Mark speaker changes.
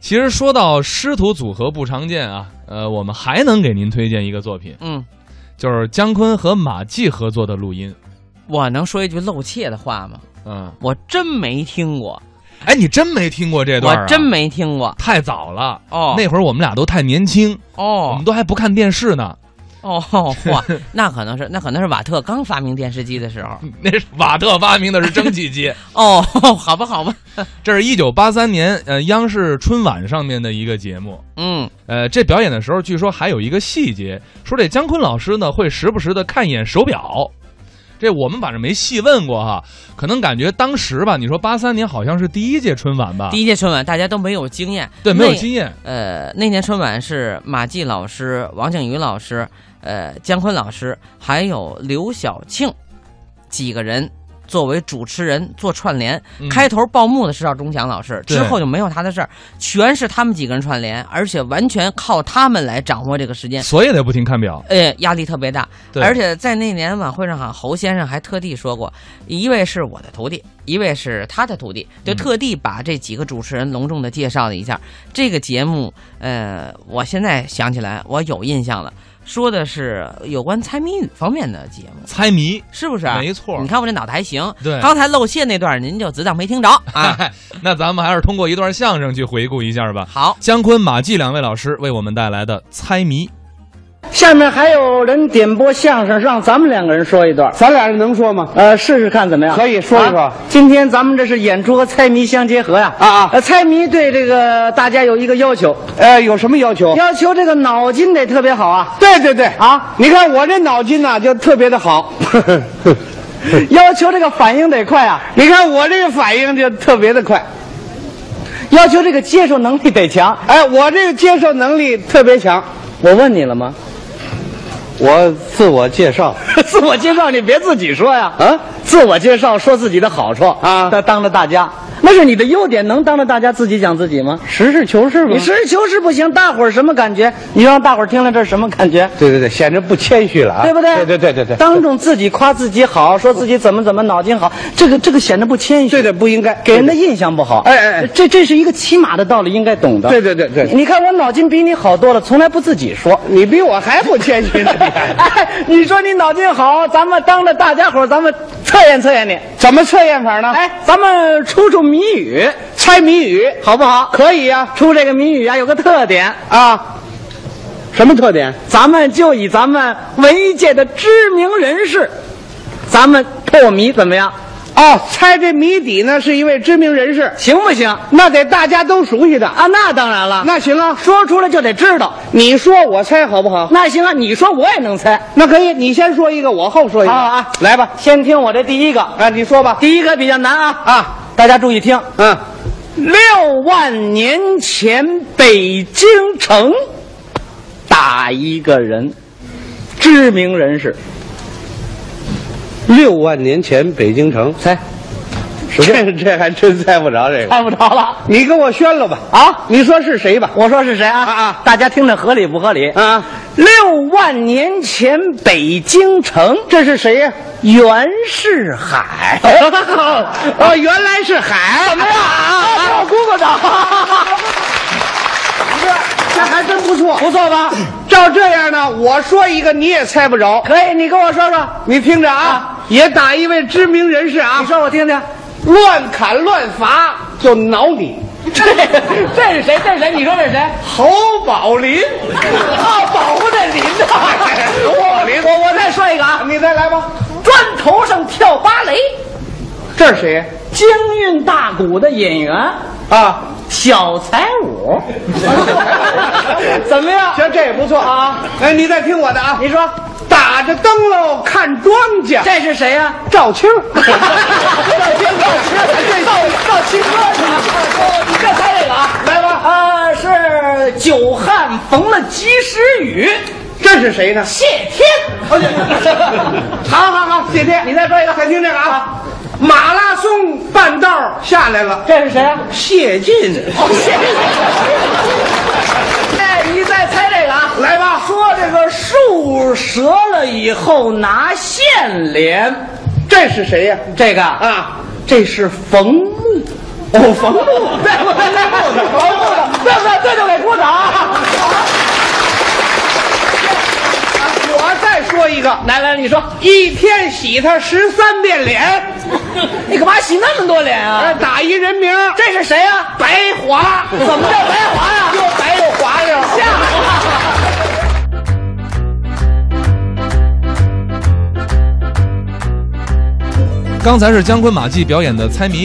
Speaker 1: 其实说到师徒组合不常见啊，呃，我们还能给您推荐一个作品，
Speaker 2: 嗯，
Speaker 1: 就是姜昆和马季合作的录音。
Speaker 2: 我能说一句露怯的话吗？
Speaker 1: 嗯，
Speaker 2: 我真没听过，
Speaker 1: 哎，你真没听过这段、啊？
Speaker 2: 我真没听过。
Speaker 1: 太早了。
Speaker 2: 哦，
Speaker 1: 那会儿我们俩都太年轻，我
Speaker 2: 哦
Speaker 1: 们都还不看电视呢。
Speaker 2: 哦，哇，那可能是那可能是瓦特刚发明电视机的时候。
Speaker 1: 那是瓦特发明的是蒸汽 机，
Speaker 2: 哦，好吧，好吧，
Speaker 1: 啊这是一九八三年呃央视春晚上面的一个节目。
Speaker 2: 嗯，
Speaker 1: 呃，这表演的时候，据说还有一个细节，说这姜昆老师呢会时不时的看一眼手表。这我们反正没细问过哈，可能感觉当时吧，你说八三年好像是第一届春晚吧，
Speaker 2: 第一届春晚大家都没有经验，
Speaker 1: 对，没有
Speaker 2: 那
Speaker 1: 经验，
Speaker 2: 呃，那年春晚是马季老师、王靖宇老师、呃姜昆老师，还有刘晓庆几个人作为主持人做串联。
Speaker 1: 嗯
Speaker 2: 开头报幕的是赵忠祥老师，
Speaker 1: 对
Speaker 2: 之后就没有他的事儿，全是他们几个人串联，而且完全靠他们来掌握这个时间。
Speaker 1: 所以得不停看表。
Speaker 2: 呃，压力特别大，
Speaker 1: 对
Speaker 2: 而且在那年晚会上，好像侯先生还特地说过，一位是我的徒弟，一位是他的徒弟，就
Speaker 1: 嗯
Speaker 2: 特地把这几个主持人隆重的介绍了一下。这个节目，呃，我现在想起来，我有印象了，说的是有关猜谜语方面的节目，
Speaker 1: 猜谜，
Speaker 2: 是不是？啊
Speaker 1: 没错
Speaker 2: 你看我这脑袋还行，
Speaker 1: 对。
Speaker 2: 刚才露馅那段您就只当没 听着啊。
Speaker 1: 那咱们还是通过一段相声去回顾一下吧。
Speaker 2: 好，
Speaker 1: 姜昆、马季两位老师为我们带来的猜谜，
Speaker 3: 下面还有人点播相声，让咱们两个人说一段。
Speaker 4: 咱俩能说吗？
Speaker 3: 呃，试试看怎么样？
Speaker 4: 可以说一说
Speaker 3: 啊今天咱们这是演出和猜谜相结合呀、
Speaker 4: 啊啊
Speaker 3: 呃，猜谜对这个大家有一个要求，
Speaker 4: 呃，有什么要求？
Speaker 3: 要求这个脑筋得特别好啊，
Speaker 4: 对对对
Speaker 3: 啊
Speaker 4: 你看我这脑筋呐、就特别的好，
Speaker 3: 要求这个反应得快啊，
Speaker 4: 你看我这个反应就特别的快，
Speaker 3: 要求这个接受能力得强。
Speaker 4: 哎，我这个接受能力特别强。
Speaker 3: 我问你了吗？
Speaker 4: 我自我介绍，
Speaker 3: 自我介绍你别自己说呀，
Speaker 4: 啊，
Speaker 3: 自我介绍说自己的好处
Speaker 4: 啊
Speaker 3: 当当着大家，那是你的优点，能当着大家自己讲自己吗？
Speaker 4: 实事求是吧
Speaker 3: 你实事求是不行，大伙儿什么感觉？你让大伙儿听了这是什么感觉？
Speaker 4: 对对对，显得不谦虚了啊，
Speaker 3: 对不对？
Speaker 4: 对对对对对，
Speaker 3: 当众自己夸自己好，说自己怎么怎么脑筋好，这个这个显得不谦虚，
Speaker 4: 对对不应该
Speaker 3: 给人的印象不好。
Speaker 4: 哎哎哎
Speaker 3: 这这是一个起码的道理，应该懂的。
Speaker 4: 对对对对
Speaker 3: 你看我脑筋比你好多了，从来不自己说。
Speaker 4: 你比我还不谦虚 呢，你看
Speaker 3: 哎， 你说你脑筋好，咱们当着大家伙儿，咱们测验测验你。
Speaker 4: 怎么测验法呢？，
Speaker 3: 哎，咱们出出谜语，
Speaker 4: 猜谜语
Speaker 3: 好不好？
Speaker 4: 可以呀、
Speaker 3: 出这个谜语啊，有个特点，
Speaker 4: 啊，什么特点？
Speaker 3: 咱们就以咱们文艺界的知名人士，咱们破谜怎么样？
Speaker 4: 哦，猜这谜底呢是一位知名人士，
Speaker 3: 行不行？
Speaker 4: 那得大家都熟悉的
Speaker 3: 啊，那当然了，
Speaker 4: 那行啊，
Speaker 3: 说出来就得知道。
Speaker 4: 你说我猜好不好？
Speaker 3: 那行啊，你说我也能猜。
Speaker 4: 那可以，你先说一个，我后说一个
Speaker 3: 好啊
Speaker 4: 来吧，
Speaker 3: 先听我这第一个，
Speaker 4: 啊，你说吧。
Speaker 3: 第一个比较难啊
Speaker 4: 啊，
Speaker 3: 大家注意听。
Speaker 4: 嗯，
Speaker 3: 六万年前，北京城打一个人，知名人士，
Speaker 4: 六万年前北京城，
Speaker 3: 猜
Speaker 4: 这这还真猜哎不着这个。
Speaker 3: 猜不着了
Speaker 4: 你给我宣了吧，
Speaker 3: 啊！
Speaker 4: 你说是谁吧？
Speaker 3: 我说是谁啊？
Speaker 4: 啊啊
Speaker 3: 大家听着合理不合理？
Speaker 4: 啊，
Speaker 3: 六万年前，北京城
Speaker 4: 这是谁呀、
Speaker 3: 袁世海。
Speaker 4: 哦，原来是海，哎怎么样
Speaker 3: 啊，我鼓鼓掌。
Speaker 4: 这还真不错，
Speaker 3: 不错吧？
Speaker 4: 照这样呢，我说一个你也猜不着，
Speaker 3: 可以，你跟我说说，
Speaker 4: 你听着啊，也打一位知名人士啊
Speaker 3: 你，说我听听。
Speaker 4: 乱砍乱伐就挠你。
Speaker 3: 这这是谁？这是谁？你说这是谁？
Speaker 4: 侯宝林，
Speaker 3: 啊，保护这林 的。
Speaker 4: 林
Speaker 3: 我我再说一个啊，
Speaker 4: 你再来吧。
Speaker 3: 砖头上跳芭蕾，
Speaker 4: 这是谁
Speaker 3: 京韵大鼓的演员
Speaker 4: 啊？
Speaker 3: 小彩 舞，怎么样？
Speaker 4: 行，这也不错啊。 哎，你再听我的啊。
Speaker 3: 你说
Speaker 4: 打着灯笼看庄稼，
Speaker 3: 这是谁啊呀、
Speaker 4: 赵青。
Speaker 3: 赵赵青哥，你这猜这个啊？
Speaker 4: 来吧，
Speaker 3: 呃，是久旱逢了及时雨，
Speaker 4: 这是谁呢？
Speaker 3: 谢天。
Speaker 4: 好好好，谢天，你再说一个，再听这个啊。马拉松半道下来了，
Speaker 3: 这是谁啊？
Speaker 4: 谢晋。
Speaker 3: 谢哎，你再猜这个啊？
Speaker 4: 来吧
Speaker 3: 说这个树折了以后拿线连，
Speaker 4: 这是谁呀？
Speaker 3: 这个
Speaker 4: 啊，
Speaker 3: 这是冯木。哦，冯木，对对对，冯木的，对不对？这就给鼓掌。我再说一个，来来，你说一天洗他十三遍脸，
Speaker 5: 你干嘛洗那么多脸啊？
Speaker 3: 打一人名，
Speaker 5: 这是谁啊？
Speaker 3: 白华，
Speaker 5: 怎么叫白华呀、
Speaker 3: 又白又滑溜，
Speaker 1: 刚才是姜昆马季表演的猜谜。